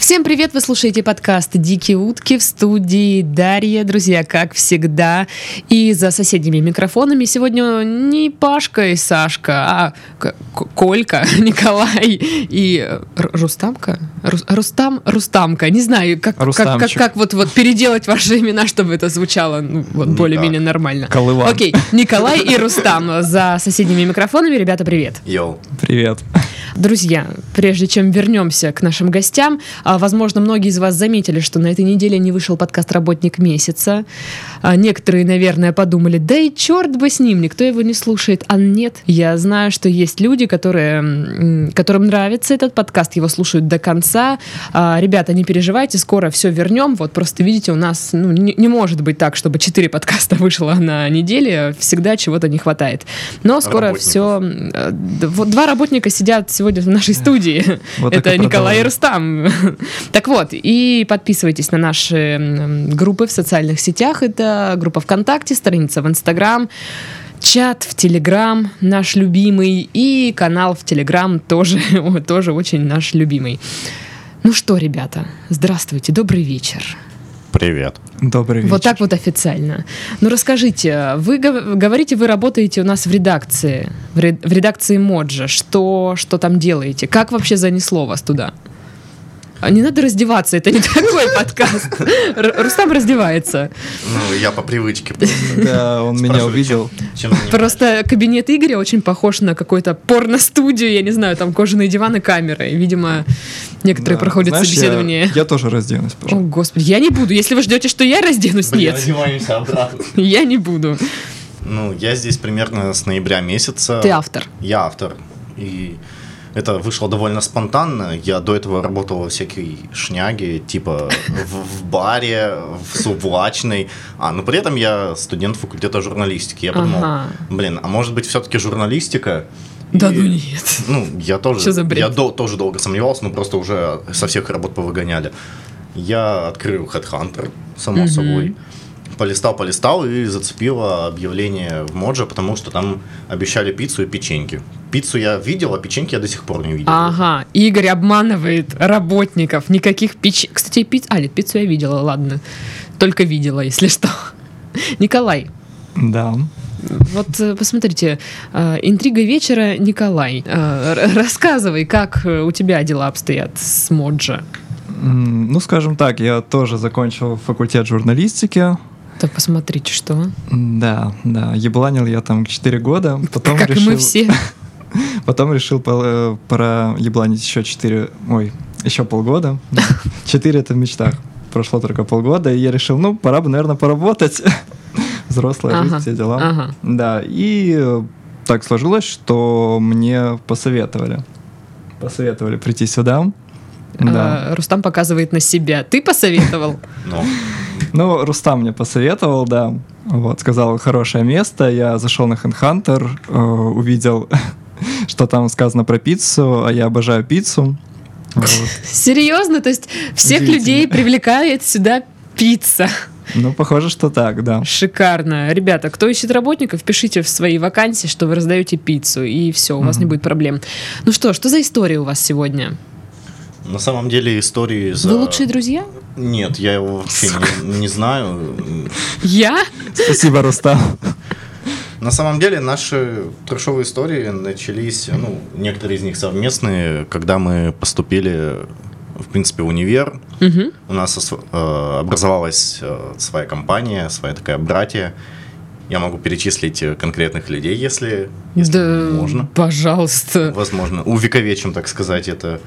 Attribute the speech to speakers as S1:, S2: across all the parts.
S1: Всем привет! Вы слушаете подкаст «Дикие утки» в студии Дарья. Друзья, как всегда, и за соседними микрофонами сегодня не Пашка и Сашка, а К- К- Колька, Николай и Р- Рустамка? Рус- Рустам? Рустамка. Не знаю, как, как, как,
S2: Рустамчик.
S1: как вот, вот переделать ваши имена, чтобы это звучало ну, вот,
S2: Никак.
S1: более-менее нормально.
S2: Колыван.
S1: Окей, Николай и Рустам за соседними микрофонами. Ребята, привет!
S3: Йоу.
S2: Привет.
S1: Друзья, прежде чем вернемся к нашим гостям, а, возможно, многие из вас заметили, что на этой неделе не вышел подкаст «Работник месяца». А, Некоторые, наверное, подумали, да и черт бы с ним, никто его не слушает. А нет, я знаю, что есть люди, которые, м, которым нравится этот подкаст, его слушают до конца. А, Ребята, не переживайте, скоро все вернем. Вот просто видите, у нас ну, не, не может быть так, чтобы 4 подкаста вышло на неделе, всегда чего-то не хватает. Но скоро
S3: Работников.
S1: все Э, д- Вот два работника сидят сегодня в нашей студии.
S2: Вот так
S1: Это
S2: и
S1: Николай и
S2: продолжим.
S1: Рустам. Так вот, и подписывайтесь на наши м, группы в социальных сетях. Это группа ВКонтакте, страница в Инстаграм, чат в Телеграм, наш любимый, и канал в Телеграм тоже, о, тоже очень наш любимый. Ну что, ребята, здравствуйте, добрый вечер.
S3: Привет.
S2: Добрый вечер.
S1: Вот так вот официально. Ну расскажите, вы гов- говорите, вы работаете у нас в редакции, в, ред- в редакции Моджа. Что, что там делаете? Как вообще занесло вас туда? А Не надо раздеваться, это не такой подкаст. Р- Рустам раздевается.
S3: Ну, я по привычке. просто.
S2: Да, он меня
S3: Спрашиваю,
S2: увидел.
S3: Чем занимаешься?
S1: Просто кабинет Игоря очень похож на какой-то порно-студию, я не знаю, там кожаные диваны, камеры. И, Видимо, некоторые
S2: Да.
S1: проходят
S2: Знаешь, я-
S1: собеседование.
S2: Я тоже разденусь,
S1: О,
S2: пожалуйста.
S1: господи, я не буду. Если вы ждете, что я разденусь,
S3: Блин,
S1: нет,
S3: одеваемся обратно.
S1: я не буду.
S3: Ну, я здесь примерно с ноября месяца.
S1: Ты автор.
S3: Я автор. И это вышло довольно спонтанно. Я до этого работал во всякой шняге, типа в, в баре, в сублачной. А, но при этом я студент факультета журналистики. Я подумал,
S1: Ага.
S3: блин, а может быть все-таки журналистика?
S1: Да
S3: И-
S1: ну нет.
S3: Ну, я тоже.
S1: Чё за бред?
S3: Я до- тоже долго сомневался, но просто уже со всех работ повыгоняли. Я открыл Headhunter, само
S1: Мгм.
S3: собой. Полистал, полистал и зацепило объявление в Моджо, потому что там обещали пиццу и печеньки. Пиццу я видел, а печеньки я до сих пор не видел.
S1: Ага, Игорь обманывает работников. Никаких пич... Кстати, пиц... А, нет, пиццу я видела, ладно. Только видела, если что. Николай,
S2: Да.
S1: вот э, посмотрите, э, интрига вечера, Николай. Э, р- Рассказывай, как э, у тебя дела обстоят с Моджа.
S2: М, Ну, скажем так, я тоже закончил факультет журналистики.
S1: Так посмотрите, что.
S2: М, Да, да. Ебланил я там 4 года. Потом
S1: как
S2: решил,
S1: и мы все.
S2: Потом решил пол- э, пора ебланить еще 4... Ой, еще полгода. 4 это в мечтах. Прошло только полгода, и я решил, ну, пора бы, наверное, поработать. Взрослая
S1: Ага, А,
S2: жизнь, все дела.
S1: Ага.
S2: Да, и э, так сложилось, что мне посоветовали. Посоветовали прийти сюда. Да.
S1: Э, Рустам показывает на себя. Ты посоветовал?
S3: Но
S2: Ну, Рустам мне посоветовал, да. Вот, сказал, хорошее место. Я зашел на Хэнхантер, увидел, что там сказано про пиццу, а я обожаю пиццу. Вот.
S1: Серьезно? То есть всех
S2: Удивительно.
S1: людей привлекает сюда пицца.
S2: Ну, похоже, что так, да.
S1: Шикарно. Ребята, кто ищет работников, пишите в свои вакансии, что вы раздаете пиццу, и все, у вас не
S2: Мгм.
S1: будет проблем. Ну что, что за история у вас сегодня?
S3: на самом деле истории за...
S1: Вы лучшие друзья?
S3: Нет, я его вообще не, не знаю.
S1: Я?
S2: Спасибо, Рустам.
S3: На самом деле наши трешовые истории начались, ну, некоторые из них совместные, когда мы поступили, в принципе, в универ.
S1: Мгм.
S3: У нас осв- э, образовалась э, своя компания, своя такая братья. Я могу перечислить э, конкретных людей, если, если
S1: Да,
S3: можно.
S1: пожалуйста.
S3: Возможно, увековечим, так сказать, это,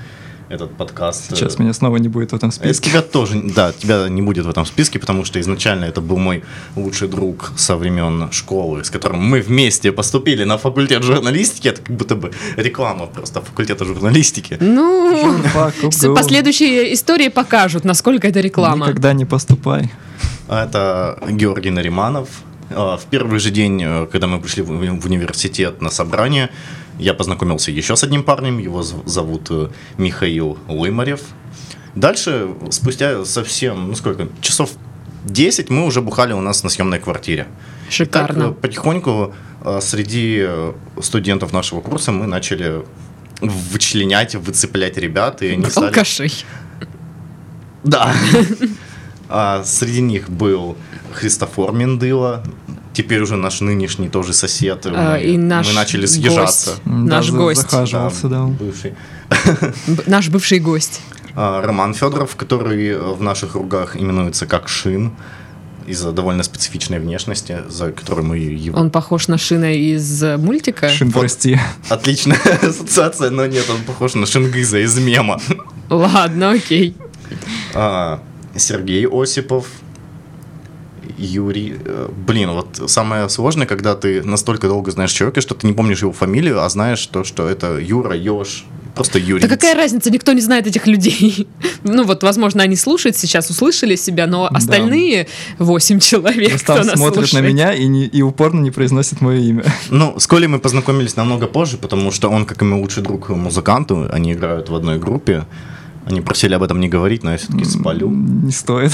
S3: этот подкаст. Э,
S2: Сейчас меня снова не будет в этом
S3: э,
S2: списке.
S3: Тебя тоже, да, тебя не будет в этом списке, потому что изначально это был мой лучший друг со времен школы, с которым мы вместе поступили на факультет журналистики. Это как будто бы реклама просто факультета журналистики.
S1: Ну,
S2: Чувак,
S1: все
S2: угу.
S1: последующие истории покажут, насколько это реклама.
S2: Никогда не поступай.
S3: А Это Георгий Нариманов. Э, В первый же день, э, когда мы пришли в уни- в университет на собрание, я познакомился еще с одним парнем, его зв- зовут э, Михаил Лымарев. Дальше, спустя совсем, ну сколько, часов 10 мы уже бухали у нас на съемной квартире. И так, э,
S1: Шикарно.
S3: потихоньку э, среди э, студентов нашего курса мы начали вычленять, выцеплять ребят, и они стали
S1: Алкашей.
S3: Да. А, Среди них был Христофор Мендыла, теперь уже наш нынешний тоже сосед.
S1: А,
S3: Мы-
S1: и наш
S3: Мы начали
S1: гость.
S3: съезжаться.
S2: М,
S1: Наш
S2: за-
S1: гость.
S2: Захаживался, да. он.
S3: Бывший.
S1: Б- Наш бывший гость.
S3: А, Роман Федоров, который э, в наших кругах именуется как Шин, из-за довольно специфичной внешности, за которую мы его...
S1: Он похож на Шина из э, мультика.
S2: Шин,
S3: Вот.
S2: прости.
S3: Отличная ассоциация, но нет, он похож на Шингиза из мема.
S1: Ладно, окей.
S3: А, Сергей Осипов, Юрий. э, Блин, вот самое сложное, когда ты настолько долго знаешь человека, что ты не помнишь его фамилию, а знаешь то, что это Юра, Ёж, просто
S1: Да
S3: Юрий.
S1: какая разница, никто не знает этих людей. Ну вот, возможно, они слушают сейчас, услышали себя, но
S2: Да.
S1: остальные восемь человек, кто
S2: Став
S1: нас
S2: смотрит на
S1: слушает.
S2: меня и, не- и упорно не произносит мое имя.
S3: Ну, с Колей мы познакомились намного позже, потому что он, как и мой лучший друг, музыканту, они играют в одной группе. Они просили об этом не говорить, но я все-таки спалю.
S2: М, Не стоит.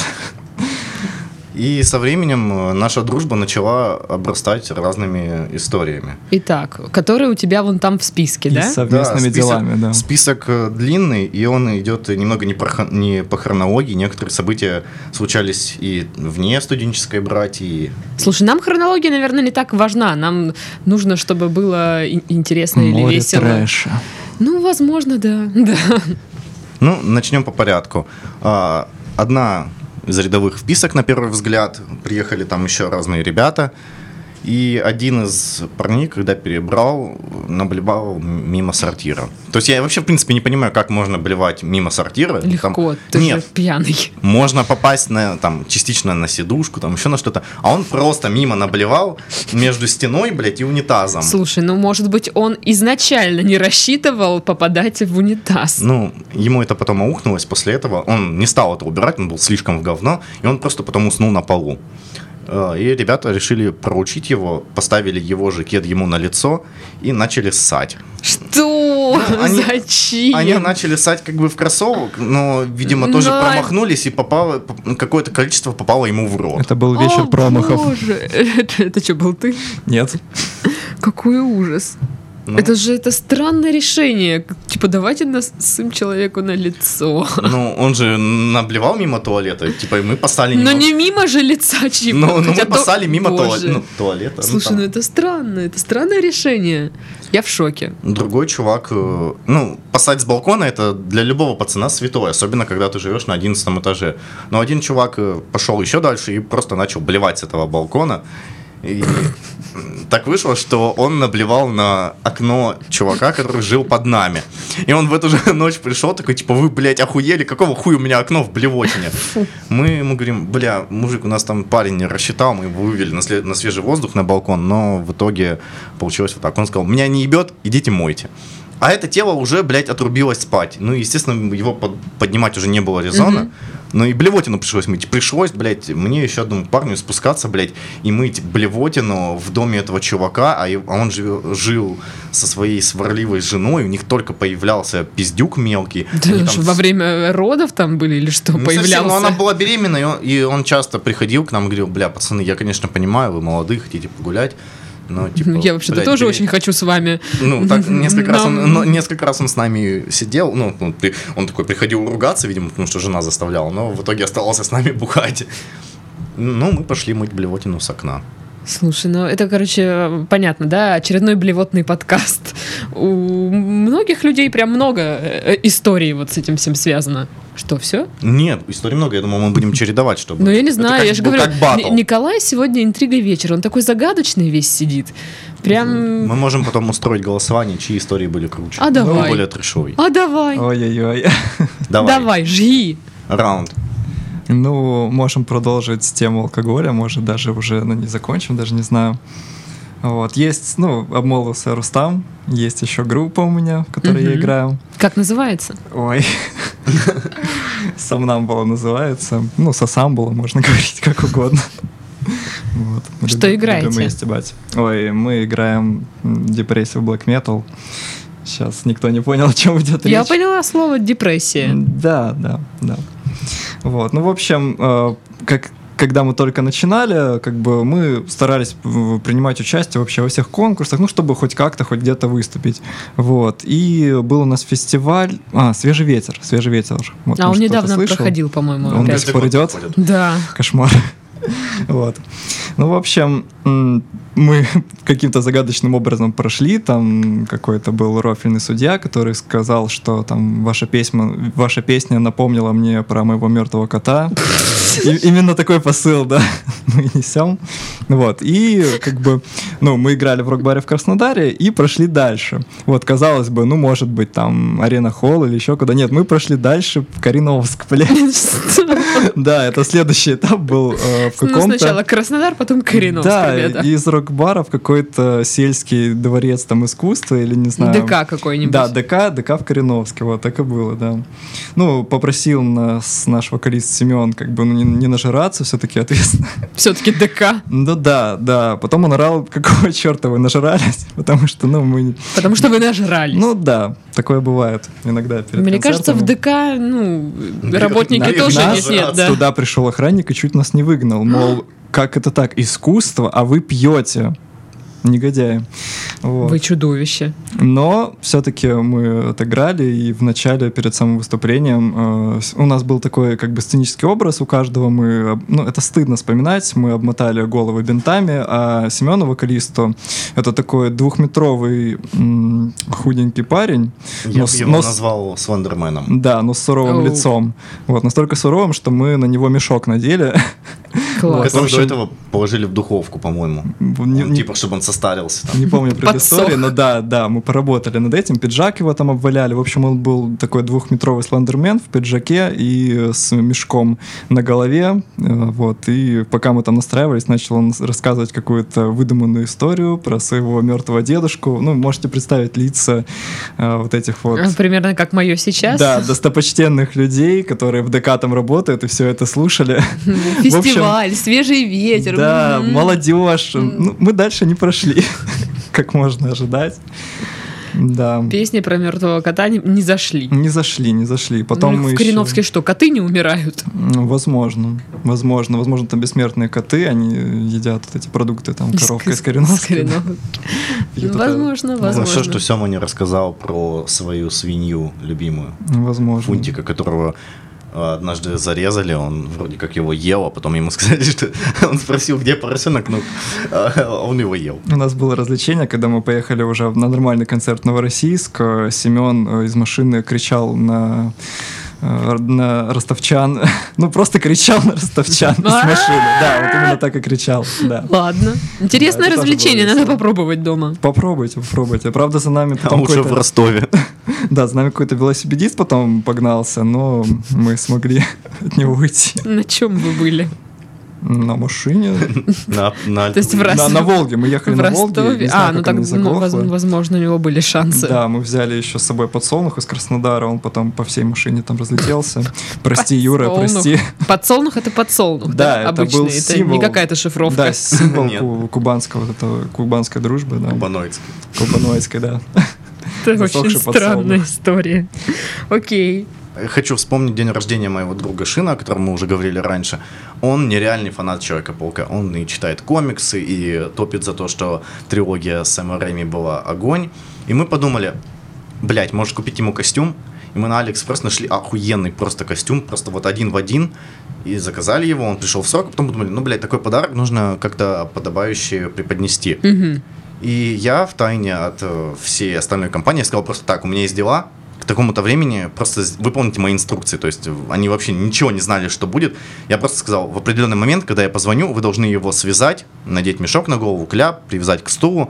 S3: И со временем э, наша дружба начала обрастать разными историями.
S1: Итак, которые у тебя вон там в списке,
S2: И
S1: да?
S2: с совместными
S3: Да, список-
S2: делами, да.
S3: Список э, длинный, и он идет немного не, про хрон- не по хронологии. Некоторые события случались и вне студенческой братьи.
S1: Слушай, нам хронология, наверное, не так важна. Нам нужно, чтобы было ин- интересно или
S2: Море
S1: весело.
S2: трэша.
S1: Ну, возможно, да. да.
S3: Ну, начнем по порядку. А, Одна из рядовых вписок, на первый взгляд, приехали там еще разные ребята. И один из парней, когда перебрал, наблевал м- мимо сортира. То есть я вообще, в принципе, не понимаю, как можно блевать мимо сортира. Там-
S1: Легко, ты
S3: Нет,
S1: же пьяный.
S3: Можно попасть на, там, частично на сидушку, там еще на что-то. А он просто мимо наблевал между стеной, блядь, и унитазом.
S1: Слушай, ну, может быть, он изначально не рассчитывал попадать в унитаз.
S3: Ну, ему это потом аухнулось после этого. Он не стал это убирать, он был слишком в говно, и он просто потом уснул на полу. Э, И ребята решили проучить его, поставили его же кед ему на лицо и начали ссать.
S1: Что?
S3: Ну, они-
S1: Зачем?
S3: Они начали ссать как бы в кроссовок, но, видимо, тоже
S1: Но-
S3: промахнулись и попало, п- какое-то количество попало ему в рот.
S2: Это был вечер
S1: О,
S2: промахов.
S1: боже. Это, это что, был ты?
S2: Нет.
S1: Какой ужас.
S3: Ну,
S1: Это же это странное решение. Типа, давайте насым человеку на лицо.
S3: ну, он же наблевал мимо туалета, типа, и мы посали
S1: Но
S3: мимо...
S1: Ну, не мимо же лица чьего.
S3: Ну, ну,
S1: хотя то-
S3: мы посали мимо туале-
S1: Боже.
S3: ну, туалета. ну,
S1: Слушай,
S3: там.
S1: ну это странно, это странное решение. Я в шоке.
S3: Другой чувак, э, ну, посадить с балкона это для любого пацана святое, особенно когда ты живешь на 11 этаже. Но один чувак э, пошел еще дальше и просто начал блевать с этого балкона. И так вышло, что он наблевал на окно чувака, который жил под нами. И он в эту же ночь пришел, такой, типа, вы, блядь, охуели, какого хуя у меня окно в блевотине? Мы ему говорим, бля, мужик, у нас там парень не рассчитал, мы его вывели на, сле- на свежий воздух на балкон, но в итоге получилось вот так. Он сказал, меня не ебет, идите мойте. А это тело уже, блядь, отрубилось спать. Ну, естественно, его под- поднимать уже не было резона.
S1: Мгм.
S3: Ну и блевотину пришлось мыть. Пришлось, блядь, мне еще одному парню спускаться, блядь, и мыть блевотину в доме этого чувака, а и- а он жил, жил со своей сварливой женой, у них только появлялся пиздюк мелкий.
S1: Да,
S3: Они там
S1: что, во время родов там были или что?
S3: не
S1: появлялся?
S3: совсем, но она была беременна, и он, и он часто приходил к нам и говорил, бля, пацаны, я, конечно, понимаю, вы молодые, хотите погулять, но типа...
S1: Ну, Я вообще-то
S3: блядь,
S1: тоже
S3: бере-
S1: очень хочу с вами.
S3: Ну, так несколько раз, он,
S1: Нам-
S3: но несколько раз он с нами сидел, ну, ну, ты- он такой приходил ругаться, видимо, потому что жена заставляла, но в итоге оставался с нами бухать. Ну, мы пошли мыть блевотину с окна.
S1: Слушай, ну это, короче, понятно, да? Очередной блевотный подкаст. У многих людей прям много э, историй вот с этим всем связано. Что, все?
S3: Нет, историй много, я думаю, мы будем чередовать, чтобы...
S1: Ну, я не
S3: Это
S1: знаю,
S3: как
S1: я же
S3: бу-
S1: говорю,
S3: как батл.
S1: Ни- Николай сегодня интрига вечера, он такой загадочный весь сидит. Прям...
S3: Мы можем потом устроить голосование, чьи истории были круче.
S1: А
S3: Ну,
S1: давай.
S3: более трешовый.
S1: А давай,
S2: Ой-ой-ой.
S1: давай, жги.
S3: Раунд.
S2: Ну, можем продолжить тему алкоголя, может, даже уже ну, не закончим, даже не знаю. Вот, есть, ну, обмолвился Рустам, есть еще группа у меня, в которой я
S1: Мгм.
S2: играю.
S1: Как называется?
S2: Ой. Сомнамбула называется. Ну, сосамбула можно говорить как угодно. Вот. Мы
S1: Что
S2: любим-
S1: играете?
S2: любим истебать. Ой, мы играем депрессив black metal. Сейчас никто не понял, о чем идет речь.
S1: Я поняла слово депрессия.
S2: Да, да, да. Вот, ну, в общем, э, как когда мы только начинали, как бы мы старались э, принимать участие вообще во всех конкурсах, ну, чтобы хоть как-то, хоть где-то выступить. Вот. И был у нас фестиваль... А, «Свежий ветер». «Свежий ветер». Вот,
S1: А он
S2: может, кто-то
S1: недавно
S2: слышал.
S1: проходил, по-моему,
S2: Он до
S1: опять.
S2: сих пор идет.
S1: Да.
S2: Кошмар. Вот. Ну, в общем, м, мы каким-то загадочным образом прошли, там какой-то был рофельный судья, который сказал, что там ваша песня, ваша песня напомнила мне про моего мертвого кота. И- именно такой посыл, да, мы несем. Вот, и как бы, ну, мы играли в рок-баре в Краснодаре и прошли дальше. Вот, казалось бы, ну, может быть, там, Арена Холл или еще куда. Нет, мы прошли дальше в Кореновск, блядь. Да, это следующий этап был э, в
S1: Ну,
S2: каком-то...
S1: сначала Краснодар, потом Кореновск,
S2: да,
S1: ребята.
S2: из рок-бара в какой-то сельский дворец там искусства или не знаю.
S1: ДК какой-нибудь.
S2: Да, ДК, ДК в Кореновске, вот так и было, да. Ну, попросил нас наш вокалист Семен как бы ну, не, не нажираться все-таки ответственно.
S1: Все-таки ДК.
S2: Ну да, да, потом он орал, какого черта вы нажирались, потому что, ну, мы...
S1: Потому что вы нажрались.
S2: Ну да, такое бывает иногда перед
S1: Мне кажется, в
S2: концертом.
S1: ДК, ну,
S3: Наверное,
S1: работники
S3: наверное,
S1: тоже
S2: нас
S1: нет-нет, да.
S2: Туда пришел охранник и чуть нас не выгнал. Мол, как это так? Искусство, а вы пьете. Негодяи. Вот.
S1: Вы чудовище.
S2: Но все-таки мы отыграли, и в начале, перед самым выступлением, э, с- у нас был такой как бы сценический образ у каждого. Мы, об- ну, это стыдно вспоминать, мы обмотали головы бинтами, а Семену, вокалисту, это такой двухметровый м, худенький парень.
S3: Я
S2: но
S3: бы
S2: с-
S3: его
S2: но с-
S3: назвал Слендерменом.
S2: да, но с суровым
S1: Оу.
S2: лицом. Вот, настолько суровым, что мы на него мешок надели.
S1: Класс.
S3: Которого
S2: общем-
S3: до этого положили в духовку, по-моему.
S2: Не-
S3: Ну,
S2: не-
S3: Типа, чтобы он состарился. там.
S2: Не помню предыстории,
S1: Подсох.
S2: но да, да, мы поработали над этим. Пиджак его там обваляли. В общем, он был такой двухметровый слендермен в пиджаке и с мешком на голове. Э, Вот. И пока мы там настраивались, начал он рассказывать какую-то выдуманную историю про своего мертвого дедушку. Ну, можете представить лица э, вот этих вот...
S1: А, Примерно как мое сейчас.
S2: Да, достопочтенных людей, которые в ДК там работают и все это слушали.
S1: Фестиваль, свежий ветер.
S2: Да,
S1: м-м.
S2: молодежь.
S1: М.
S2: Ну, мы дальше не прошли, как можно ожидать. Да.
S1: Песни про мертвого кота не, не зашли.
S2: Не зашли, не зашли. Потом
S1: Ну,
S2: мы
S1: в
S2: ещё-
S1: Кореновске что, коты не умирают?
S2: Ну, Возможно, возможно, возможно, там бессмертные коты, они едят вот эти продукты, там, коровка из
S1: Из
S2: Кореновска. да. «Ну,
S1: Кореновки.
S2: Пьют это-
S1: Ну, Возможно,
S2: а
S3: Хорошо, Ну, что
S1: возможно.
S3: Сема не рассказал про свою свинью любимую.
S2: Возможно.
S3: Фунтика, которого э, однажды зарезали, он вроде как его ел, а потом ему сказали, что он спросил, где поросенок, ну, э, он его ел.
S2: У нас было развлечение, когда мы поехали уже на нормальный концерт в Новороссийск. Семен из машины кричал на, э, на ростовчан. Ну, просто кричал на ростовчан из машины. Да, вот именно так и кричал. Да.
S1: Ладно. Интересное
S2: Да, это тоже
S1: развлечение,
S2: было
S1: надо
S2: весело.
S1: попробовать дома.
S2: Попробуйте, попробуйте. Правда, за нами
S3: А
S2: потом
S3: лучше в
S2: какой-то-
S3: Ростове.
S2: Да, за нами какой-то велосипедист потом погнался, но мы смогли от него уйти
S1: На чем вы были?
S2: на машине.
S3: На- на-
S1: То есть в
S2: На,
S1: Ростове.
S2: на Волге. Мы ехали
S1: В
S2: на Волге.
S1: Ростове.
S2: не знаю,
S1: А, ну
S2: как
S1: так,
S2: она не
S1: ну, воз-
S2: заглохла.
S1: возможно, у него были шансы.
S2: Да, мы взяли еще с собой подсолнух из Краснодара, он потом по всей машине там разлетелся. Прости, Юра,
S1: Подсолнух.
S2: прости.
S1: Подсолнух это подсолнух,
S2: Да,
S1: да,
S2: это
S1: обычный.
S2: был символ.
S1: не какая-то шифровка.
S2: Да, символ
S3: Нет.
S2: ку- кубанского вот этого, кубанской дружбы, да,
S3: Кубаноидск.
S2: кубаноидской, да.
S1: это
S2: засохший
S1: очень
S2: подсолнух.
S1: странная история. Окей.
S3: Хочу вспомнить день рождения моего друга Шина, о котором мы уже говорили раньше. Он нереальный фанат Человека-паука. Он и читает комиксы, и топит за то, что трилогия Сэма Рэйми была огонь. И мы подумали, блять, может купить ему костюм? И мы на Алиэкспресс нашли охуенный просто костюм, просто вот один в один. И заказали его, он пришел в срок, а потом подумали, ну, блядь, такой подарок нужно как-то подобающе преподнести.
S1: Мгм.
S3: И я в тайне от э, всей остальной компании сказал просто так, у меня есть дела, к такому-то времени просто с- выполните мои инструкции. То есть э, они вообще ничего не знали, что будет. Я просто сказал, в определенный момент, когда я позвоню, вы должны его связать, надеть мешок на голову, кляп, привязать к стулу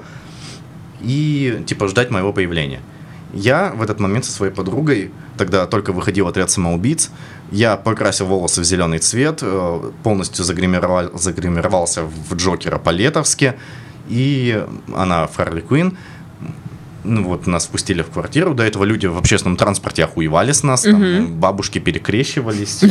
S3: и типа ждать моего появления. Я в этот момент со своей подругой, тогда только выходил отряд самоубийц, я покрасил волосы в зеленый цвет, э, полностью загримировал- загримировался в Джокера по-летовски, и она в Харли Куин. Ну вот, нас впустили в квартиру, до этого люди в общественном транспорте охуевали с нас, там,
S1: Мгм.
S3: бабушки перекрещивались.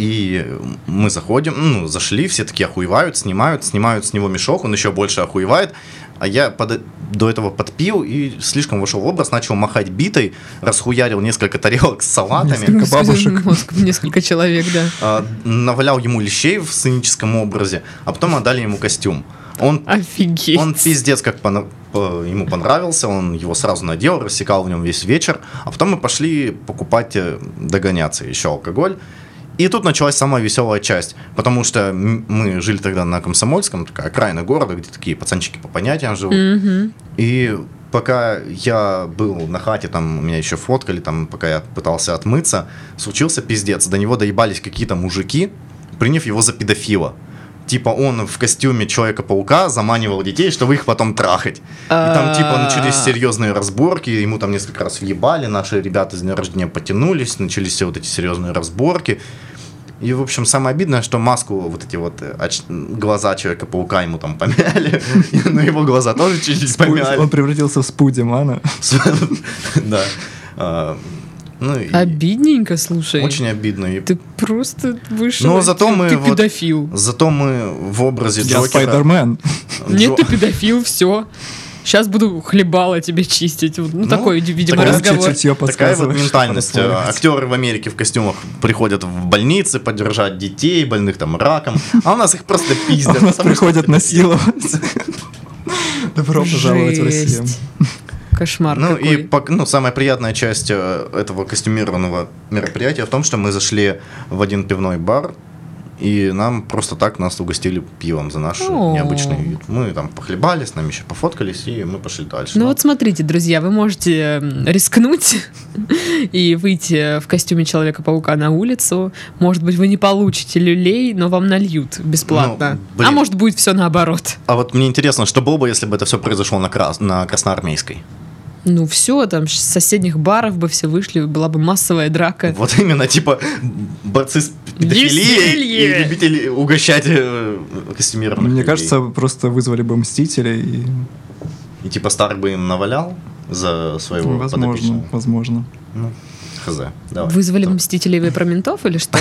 S3: И мы заходим, ну, зашли, все такие охуевают, снимают, снимают с него мешок, он еще больше охуевает. а я под- до этого подпил и слишком вошел в образ, начал махать битой, расхуярил несколько тарелок с салатами,
S2: Несколько бабушек.
S1: Ну, Мозг, несколько человек, да.
S3: а, навалял ему лещей в сценическом образе, а потом отдали ему костюм. Он
S1: Офигеть.
S3: он пиздец как пона- по- ему понравился, он его сразу надел, рассекал в нем весь вечер, а потом мы пошли покупать, э, догоняться еще алкоголь. И тут началась самая веселая часть, потому что м- мы жили тогда на Комсомольском, такая окраина города, где такие пацанчики по понятиям живут.
S1: Мгм.
S3: И пока я был на хате, там меня еще фоткали, там пока я пытался отмыться, случился пиздец. До него доебались какие-то мужики, приняв его за педофила. Типа он в костюме Человека-паука заманивал детей, чтобы их потом трахать. И
S1: А,
S3: там типа
S2: А.
S3: начались серьезные разборки, ему там несколько раз въебали, наши ребята с дня рождения потянулись, начались все вот эти серьезные разборки. И, в общем, самое обидное, что маску, вот эти вот э, оч- глаза Человека-паука ему там помяли, но его глаза тоже чуть-чуть
S2: Спу-
S3: помяли.
S2: Он превратился в спудимана.
S3: Да. А, Ну и
S1: Обидненько, слушай.
S3: очень обидно. И
S1: Ты просто вышел.
S3: Ну, зато
S1: ты-
S3: мы
S1: Ты
S3: вот-
S1: педофил.
S3: Зато мы в образе
S2: Я
S3: Джокера...
S2: Спайдермен.
S3: Джо-
S1: Нет, ты педофил, все. Сейчас буду хлебало тебе чистить. Вот, Ну,
S3: Ну,
S1: такой, видимо,
S3: такая
S2: Прям
S1: разговор.
S2: чутье
S3: Такая вот
S2: подсказывает, что
S3: ментальность.
S2: там
S3: А, Актеры в Америке в костюмах приходят в больницы поддержать детей, больных там раком. А у нас их просто
S2: А
S3: пиздят.
S2: У нас
S3: потому
S2: приходят
S3: что- Ну
S2: насиловать. Добро пожаловать в Россию.
S1: Жесть. Кошмар
S3: Ну
S1: какой.
S3: и пок- ну, самая приятная часть э, этого костюмированного мероприятия в том, что мы зашли в один пивной бар, и нам просто так нас угостили пивом за наш
S1: О.
S3: необычный вид. Мы там похлебали, с нами еще пофоткались, и мы пошли дальше.
S1: Ну
S3: Ну,
S1: вот смотрите, друзья, вы можете м, рискнуть и выйти в костюме Человека-паука на улицу. Может быть, вы не получите люлей, но вам нальют бесплатно.
S3: Ну, блин.
S1: а может, будет все наоборот.
S3: А вот мне интересно, что было бы, если бы это все произошло на, крас... на Красноармейской?
S1: Ну все, там с соседних баров бы все вышли, была бы массовая драка.
S3: Вот именно, типа, борцы с педофилией
S1: Веселье!
S3: и любители угощать э, костюмированных
S2: Мне
S3: людей.
S2: кажется, просто вызвали бы мстителей. и,
S3: И типа Старк бы им навалял за своего
S2: Возможно,
S3: подопечного.
S2: возможно.
S3: Ну, хз, давай.
S1: Вызвали
S3: Там.
S1: мстителей вы про ментов или что?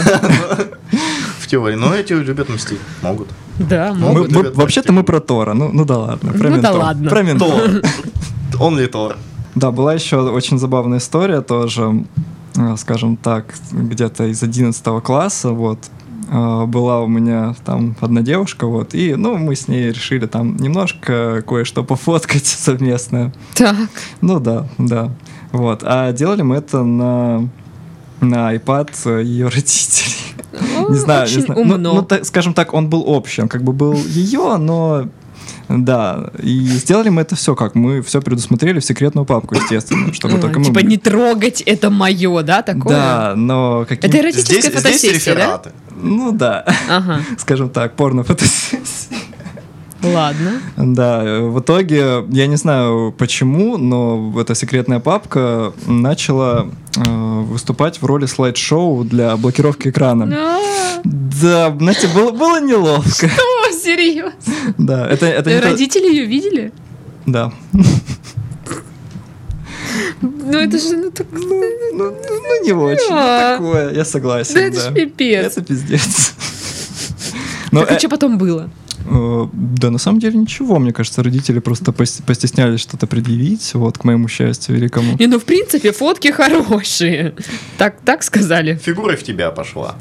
S3: В теории, но эти любят мстить. Могут.
S1: Да,
S3: Ну,
S2: Мы-
S1: могут.
S2: мы-
S3: ребят,
S2: Вообще-то мы про Тора. Ну, ну да ладно. Про
S1: Ну да
S2: ментов.
S1: ладно.
S2: Про ментов.
S3: Тор. Он ли Тор?
S2: Да, была еще очень забавная история тоже, э, скажем так, где-то из 11 класса, вот, Э, была у меня там одна девушка, вот, и, ну, мы с ней решили там немножко кое-что пофоткать совместно.
S1: Так,
S2: Ну да, да, вот. А делали мы это на на iPad ее родителей.
S1: ну,
S2: Не знаю, не
S1: очень
S2: знаю. Ну, ну,
S1: умно.
S2: так- скажем так, он был общим, как бы был ее, но да, и сделали мы это все как? Мы все предусмотрели в секретную папку, естественно, чтобы
S1: А,
S2: только мы...
S1: Типа не трогать, это мое, да, такое?
S2: Да, но какие...
S1: Это эротическая фотосессия, да?
S3: рефераты.
S2: Ну да,
S1: Ага,
S2: скажем так, порно фотосессия.
S1: ладно.
S2: Да, э, в итоге, я не знаю почему, но эта секретная папка начала э, выступать в роли слайд-шоу для блокировки экрана.
S1: А,
S2: Да, знаете, было, было неловко.
S1: О, серьезно?
S2: Да, это, это не то-
S1: Родители ее видели?
S2: Да.
S1: Ну это же ну, так-
S2: Ну, ну, ну, не очень. ну,
S1: Да.
S2: такое, я согласен.
S1: да это ж пипец.
S2: Это ну, пиздец. Но,
S1: Так а что потом было?
S2: э, э, да, на самом деле ничего, мне кажется, родители просто пос- постеснялись что-то предъявить, вот, к моему счастью великому.
S1: Не, ну в принципе фотки хорошие. Так, так сказали.
S3: Фигура в тебя пошла.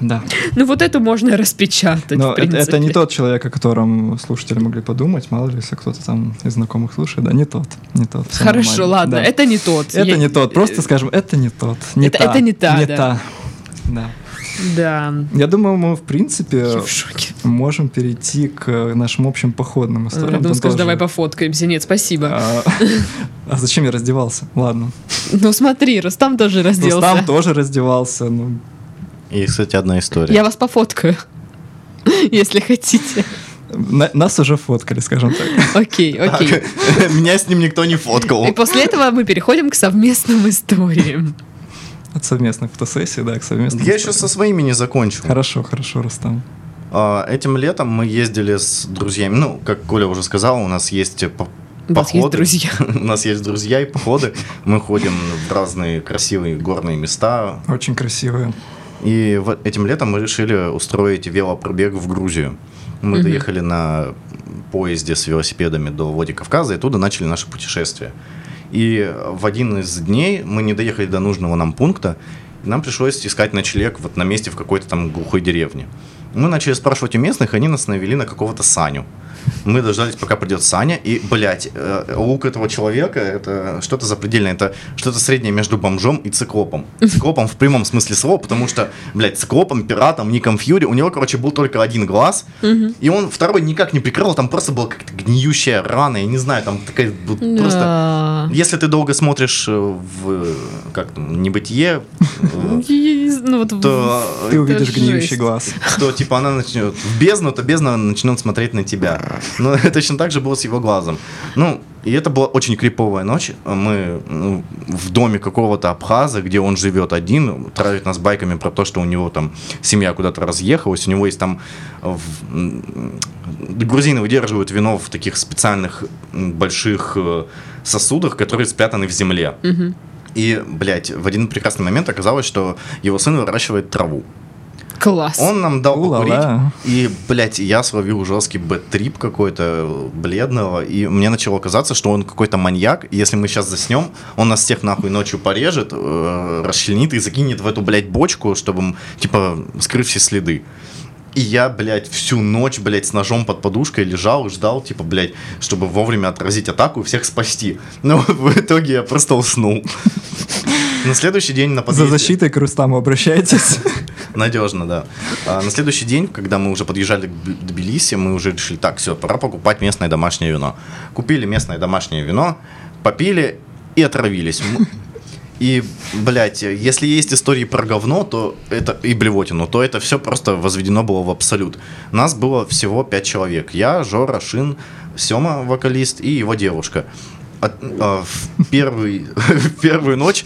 S2: Да.
S1: Ну вот эту можно распечатать,
S2: Но
S1: в
S2: это,
S1: принципе.
S2: это не тот человек, о котором слушатели могли подумать, мало ли, если кто-то там из знакомых слушает, да, не тот, не тот. всё
S1: Хорошо,
S2: нормально,
S1: ладно,
S2: да.
S1: это не тот.
S2: Это
S1: Я- э,
S2: не тот, просто скажем, это не тот, не
S1: Это-
S2: та,
S1: это не та,
S2: не
S1: да.
S2: та. Да.
S1: Да.
S2: Я думаю, мы в принципе
S1: Я в шоке.
S2: можем перейти к э, нашим общим походным
S1: Э, Я
S2: историям.
S1: думала,
S2: Там
S1: скажешь,
S2: тоже-
S1: давай пофоткаемся. Нет, спасибо.
S2: А а зачем я раздевался? Ладно.
S1: Ну смотри, Рустам тоже разделся.
S2: Рустам тоже раздевался. ну.
S3: И, кстати, одна история.
S1: Я вас пофоткаю. Если хотите.
S2: На- Нас уже фоткали, скажем так.
S1: Окей, окей.
S3: Меня с ним никто не фоткал.
S1: И после этого мы переходим к совместным историям.
S2: От совместных фотосессий, да, к совместным.
S3: Я еще со
S2: историям.
S3: своими не закончил.
S2: Хорошо, хорошо, Рустам.
S3: А, Этим летом мы ездили с друзьями. Ну, как Коля уже сказал, у нас есть э, по-
S1: У вас есть
S3: Походы.
S1: друзья.
S3: у нас есть друзья и походы. Мы ходим в разные красивые горные места.
S2: Очень красивые.
S3: И вот этим летом мы решили устроить велопробег в Грузию. Мы
S1: Мгм.
S3: доехали на поезде с велосипедами до Владикавказа, и оттуда начали наше путешествие. И в один из дней мы не доехали до нужного нам пункта, и нам пришлось искать ночлег вот на месте в какой-то там глухой деревне. Мы начали спрашивать у местных, они нас навели на какого-то Саню. Мы дождались, пока придет Саня, и, блядь, э, лук этого человека, это что-то запредельное, это что-то среднее между бомжом и циклопом. Циклопом в прямом смысле слова, потому что, блядь, циклопом, пиратом, Ником Фьюри, у него, короче, был только один глаз,
S1: Мгм.
S3: и он второй никак не прикрыл, там просто была как-то гниющая рана, я не знаю, там такая вот просто...
S1: Да.
S3: Если ты долго смотришь э, в, э, как там, небытие, э,
S1: Е- Ну, вот в-
S3: то э,
S2: Ты увидишь
S1: жесть.
S2: гниющий глаз.
S3: то типа она начнет в бездну, то бездна начнет смотреть на тебя. Но точно так же было с его глазом. Ну, и это была очень криповая ночь. Мы ну, в доме какого-то абхаза, где он живет один, травит нас байками про то, что у него там семья куда-то разъехалась, у него есть там э, в- м, грузины выдерживают вино в таких специальных м, больших э, сосудах, которые спрятаны в земле.
S1: Мгм.
S3: И, блядь, в один прекрасный момент оказалось, что его сын выращивает траву.
S1: Класс.
S3: Он нам дал покурить,
S2: Ула-ла.
S3: и, блядь, я словил жесткий бэт-трип какой-то э, бледного, и мне начало казаться, что он какой-то маньяк, и если мы сейчас заснем, он нас всех нахуй ночью порежет, э, расчленит и закинет в эту, блядь, бочку, чтобы, м, типа, скрыть все следы. И я, блядь, всю ночь, блядь, с ножом под подушкой лежал и ждал, типа, блядь, чтобы вовремя отразить атаку и всех спасти. Но в итоге я просто уснул. На следующий день на
S2: За
S3: подъезде...
S2: защитой к Рустаму обращайтесь.
S3: Надежно, да. А на следующий день, когда мы уже подъезжали к Б- Тбилиси, мы уже решили, так, все, пора покупать местное домашнее вино. Купили местное домашнее вино, попили и отравились. М- И, блядь, если есть истории про говно, то это и блевотину, то это все просто возведено было в абсолют. Нас было всего пять человек. Я, Жора, Шин, Сема, вокалист и его девушка. От- а, в, первый, в первую ночь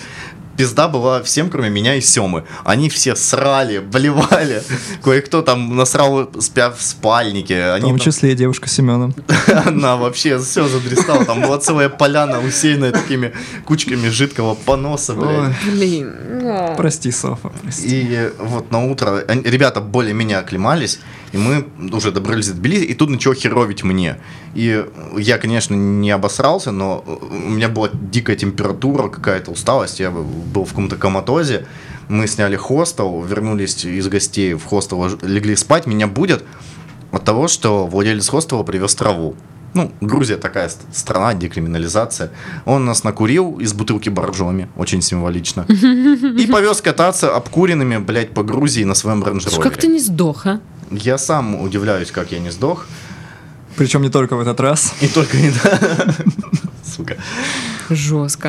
S3: пизда была всем, кроме меня и Семы. Они все срали, блевали. Кое-кто там насрал, спя в спальнике.
S2: В
S3: Они
S2: том
S3: там-
S2: числе и девушка с Семеном.
S3: она вообще все задрестала. Там была целая поляна, усеянная такими кучками жидкого поноса, блядь.
S2: Ой,
S1: Блин. а.
S2: Прости, Софа, прости.
S3: И э, вот на утро они- ребята более-менее оклемались, и мы уже добрались до Тбилиси, и тут начало херовить мне. И э, я, конечно, не обосрался, но э, у меня была дикая температура, какая-то усталость, я был в каком-то коматозе. Мы сняли хостел, вернулись из гостей в хостел, лож- легли спать, меня будет от того, что владелец хостела привез траву. Ну, Грузия такая ст- страна, декриминализация. Он нас накурил из бутылки боржоми, очень символично. И повез кататься обкуренными, блядь, по Грузии на своем рейндж
S1: Слушай, Как ты не сдох, а?
S3: Я сам удивляюсь, как я не сдох.
S2: Причем не только в этот раз.
S3: И только не... Сука.
S1: Жестко.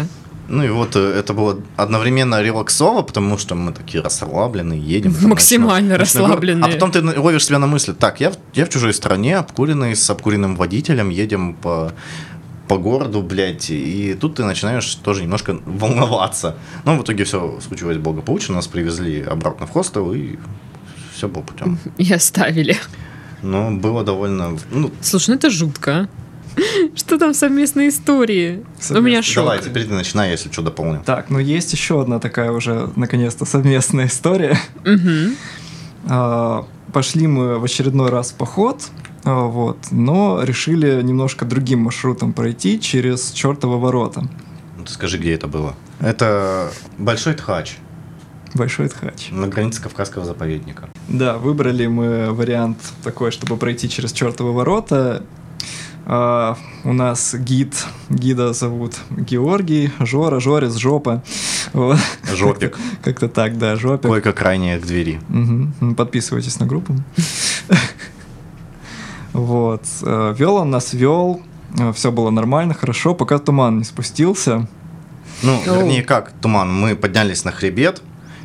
S3: Ну и вот э, это было одновременно релаксово, потому что мы такие расслабленные, едем. там
S1: Максимально
S3: ночной- ночной город.
S1: расслабленные.
S3: А потом ты на- ловишь себя на мысли, так, я в, я в чужой стране, обкуренный, с обкуренным водителем, едем по по городу, блядь, и тут ты начинаешь тоже немножко волноваться. Но в итоге все случилось благополучно, нас привезли обратно в хостел, и все было путем.
S1: И оставили.
S3: Но было довольно... Ну,
S1: Слушай, ну это жутко. а. Что там совместные истории? У меня
S2: Совместные.
S1: шок.
S3: давай, теперь ты начинай, если что дополню.
S2: Так, ну есть еще одна такая уже, наконец-то, совместная история.
S1: Мгм.
S2: А, Пошли мы в очередной раз в поход, а, вот, но решили немножко другим маршрутом пройти через чертово ворота.
S3: Ну, Ты скажи, где это было. Это Большой Тхач
S2: Большой тхач.
S3: на границе Кавказского заповедника.
S2: Да, выбрали мы вариант такой, чтобы пройти через чертовы ворота. А, у нас гид, гида зовут Георгий, Жора, Жорис, Жопа. Вот.
S3: Жопик.
S2: Как-то так, да, Жопик.
S3: Койка крайняя к двери.
S2: Мгм. Ну, Подписывайтесь на группу. Вот. Э, Вел он нас, вел. Все было нормально, хорошо, пока туман не спустился.
S3: Ну,
S1: Оу.
S3: вернее, как туман. Мы поднялись на хребет,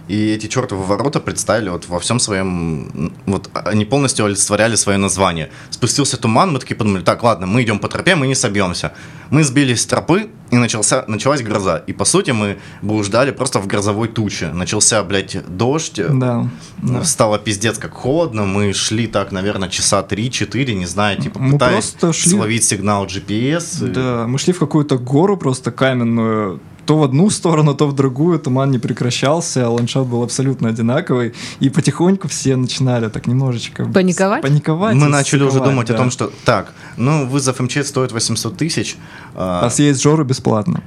S3: и эти чертовы ворота представили вот во всем своем... м, Вот они полностью олицетворяли свое название. Спустился туман, мы такие подумали, так, ладно, мы идем по тропе, мы не собьемся. Мы сбились с тропы, и начался, началась гроза. И, по сути, мы блуждали просто в грозовой туче. Начался, блядь, дождь,
S2: Да. да.
S3: Стало пиздец как холодно, мы шли так, наверное, часа 3-4, не знаю, типа
S2: Мы
S3: пытаясь
S2: просто шли-
S3: словить сигнал GPS. и-
S2: Да, мы шли в какую-то гору просто каменную, то в одну сторону, то в другую, туман не прекращался, а ландшафт был абсолютно одинаковый, и потихоньку все начинали так немножечко...
S1: Паниковать?
S2: с- Паниковать.
S3: Мы
S2: и
S3: начали уже
S2: стыковать,
S3: думать о
S2: да.
S3: том, что так, ну, вызов МЧС стоит 800 тысяч, а,
S2: А съесть Жору бесплатно.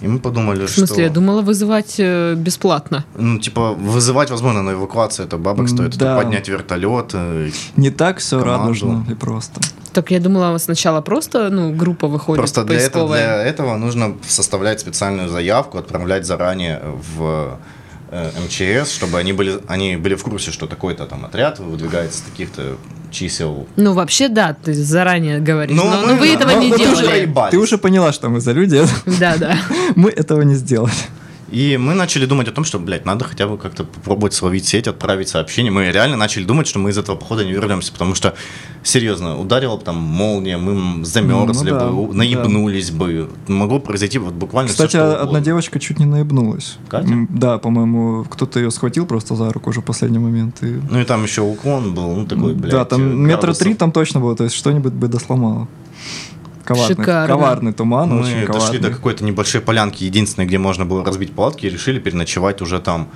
S3: и мы подумали,
S1: В смысле,
S3: что...
S1: я думала вызывать э, бесплатно.
S3: Ну, типа, вызывать, возможно, на эвакуацию это бабок стоит, это
S2: Да.
S3: поднять вертолет. э,
S2: Не так все
S3: Команду.
S2: радужно и просто.
S1: Так я думала, сначала просто, ну, группа выходит
S3: Просто для этого,
S1: поисковая.
S3: для этого нужно составлять специальную заявку, отправлять заранее в э, МЧС, чтобы они были, они были в курсе, что такой-то там отряд выдвигается с таких-то чисел.
S1: Ну, вообще, да, ты заранее говоришь.
S3: Ну,
S1: Но, но вы этого
S3: но-
S1: не
S3: но ты уже
S1: делали.
S3: проебались.
S2: Ну, Ты уже поняла, что мы за люди.
S1: Да, да.
S2: Мы этого не сделали.
S3: И мы начали думать о том, что, блядь, надо хотя бы как-то попробовать словить сеть, отправить сообщение. Мы реально начали думать, что мы из этого похода не вернемся, потому что, серьезно, ударила бы там молния, мы м, замерзли
S2: Ну да,
S3: бы, у- наебнулись бы. Могло произойти вот буквально
S2: Кстати, а
S3: все, что
S2: одна
S3: угодно.
S2: девочка чуть не наебнулась.
S3: Катя?
S2: М, Да, по-моему, кто-то ее схватил просто за руку уже в последний момент. и-
S3: Ну и там еще уклон был, ну такой, блядь.
S2: да,
S3: э,
S2: там метра
S3: градусов.
S2: три там точно было, то есть что-нибудь бы досломало. Коварный,
S1: Шикарно.
S2: коварный туман,
S3: Мы
S2: очень
S3: дошли
S2: коварный.
S3: до какой-то небольшой полянки, единственной, где можно было разбить палатки, и решили переночевать уже там.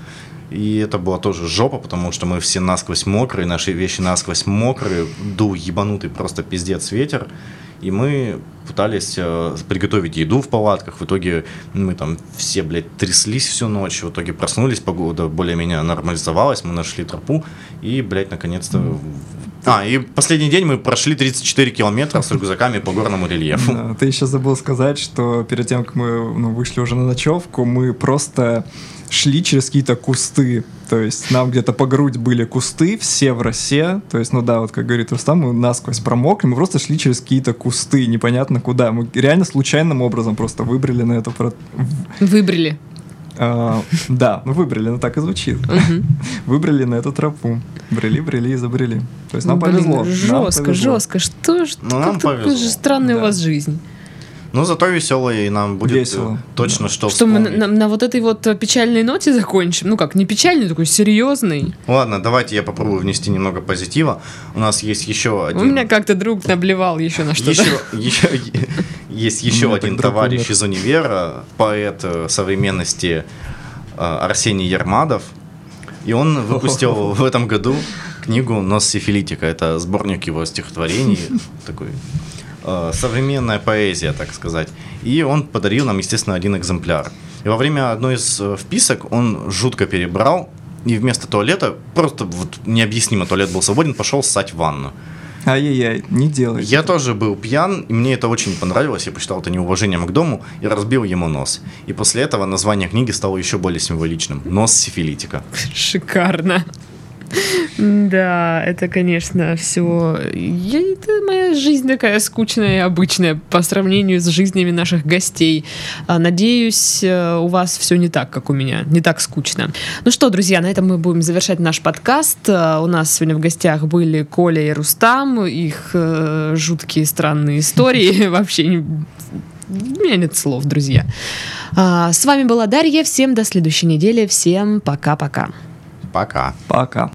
S3: И это была тоже жопа, потому что мы все насквозь мокрые, наши вещи насквозь мокрые, дул ебанутый просто пиздец ветер. И мы пытались э, приготовить еду в палатках. В итоге мы там все, блядь, тряслись всю ночь. В итоге проснулись, погода более-менее нормализовалась. Мы нашли тропу и, блядь, наконец-то... А, и последний день мы прошли 34 километра с рюкзаками по горному рельефу.
S2: Да, ты еще забыл сказать, что перед тем, как мы ну, вышли уже на ночевку, мы просто шли через какие-то кусты. То есть нам где-то по грудь были кусты, все в росе. То есть, ну да, вот как говорит Рустам, мы насквозь промокли, мы просто шли через какие-то кусты, непонятно куда. Мы реально случайным образом просто выбрали на эту... про-
S1: Выбрили.
S2: а, да, мы выбрали, ну так и звучит.
S1: Мгм.
S2: Выбрали на эту тропу. Брели, брели и забрели. То есть нам
S1: Блин,
S2: повезло. нам
S1: Жестко,
S2: повезло.
S1: жестко. Что ж,
S3: Ну, нам
S1: как-то какая
S3: повезло,
S1: же странная у
S2: да.
S1: вас жизнь.
S3: Ну, зато весело, и нам будет э,
S2: Весело.
S3: точно что,
S1: Что мы на,
S3: вспомнить.
S1: на- на вот этой вот э, печальной ноте закончим? Ну как, не печальной, такой серьезный.
S3: Ладно, давайте я попробую внести немного позитива. У нас есть еще один...
S1: У меня как-то друг наблевал еще на что-то. Ну,
S3: Еще- еще- е- есть
S2: У
S3: еще
S2: меня так
S3: один
S2: друг
S3: товарищ
S2: умер.
S3: из универа, поэт э, современности э, Арсений Ермадов. И он выпустил в этом году книгу «Нос сифилитика». Это сборник его стихотворений. Такой э, современная поэзия, так сказать. И он подарил нам, естественно, один экземпляр. И во время одной из э, вписок он жутко перебрал, и вместо туалета, просто вот необъяснимо, туалет был свободен, пошел ссать в ванну.
S2: Ай-яй-яй, не делай.
S3: Ну, Я тоже был пьян, и мне это очень понравилось. Я посчитал это неуважением к дому и разбил ему нос. И после этого название книги стало еще более символичным. Нос сифилитика.
S1: Шикарно. Да, это, конечно, все. Это моя жизнь такая скучная и обычная по сравнению с жизнями наших гостей. А, Надеюсь, э, у вас все не так, как у меня, не так скучно. Ну что, друзья, на этом мы будем завершать наш подкаст. А, У нас сегодня в гостях были Коля и Рустам, их э, жуткие странные истории. Вообще, не- у меня нет слов, друзья. А, С вами была Дарья. Всем до следующей недели. Всем пока-пока.
S3: Пока.
S2: Пока.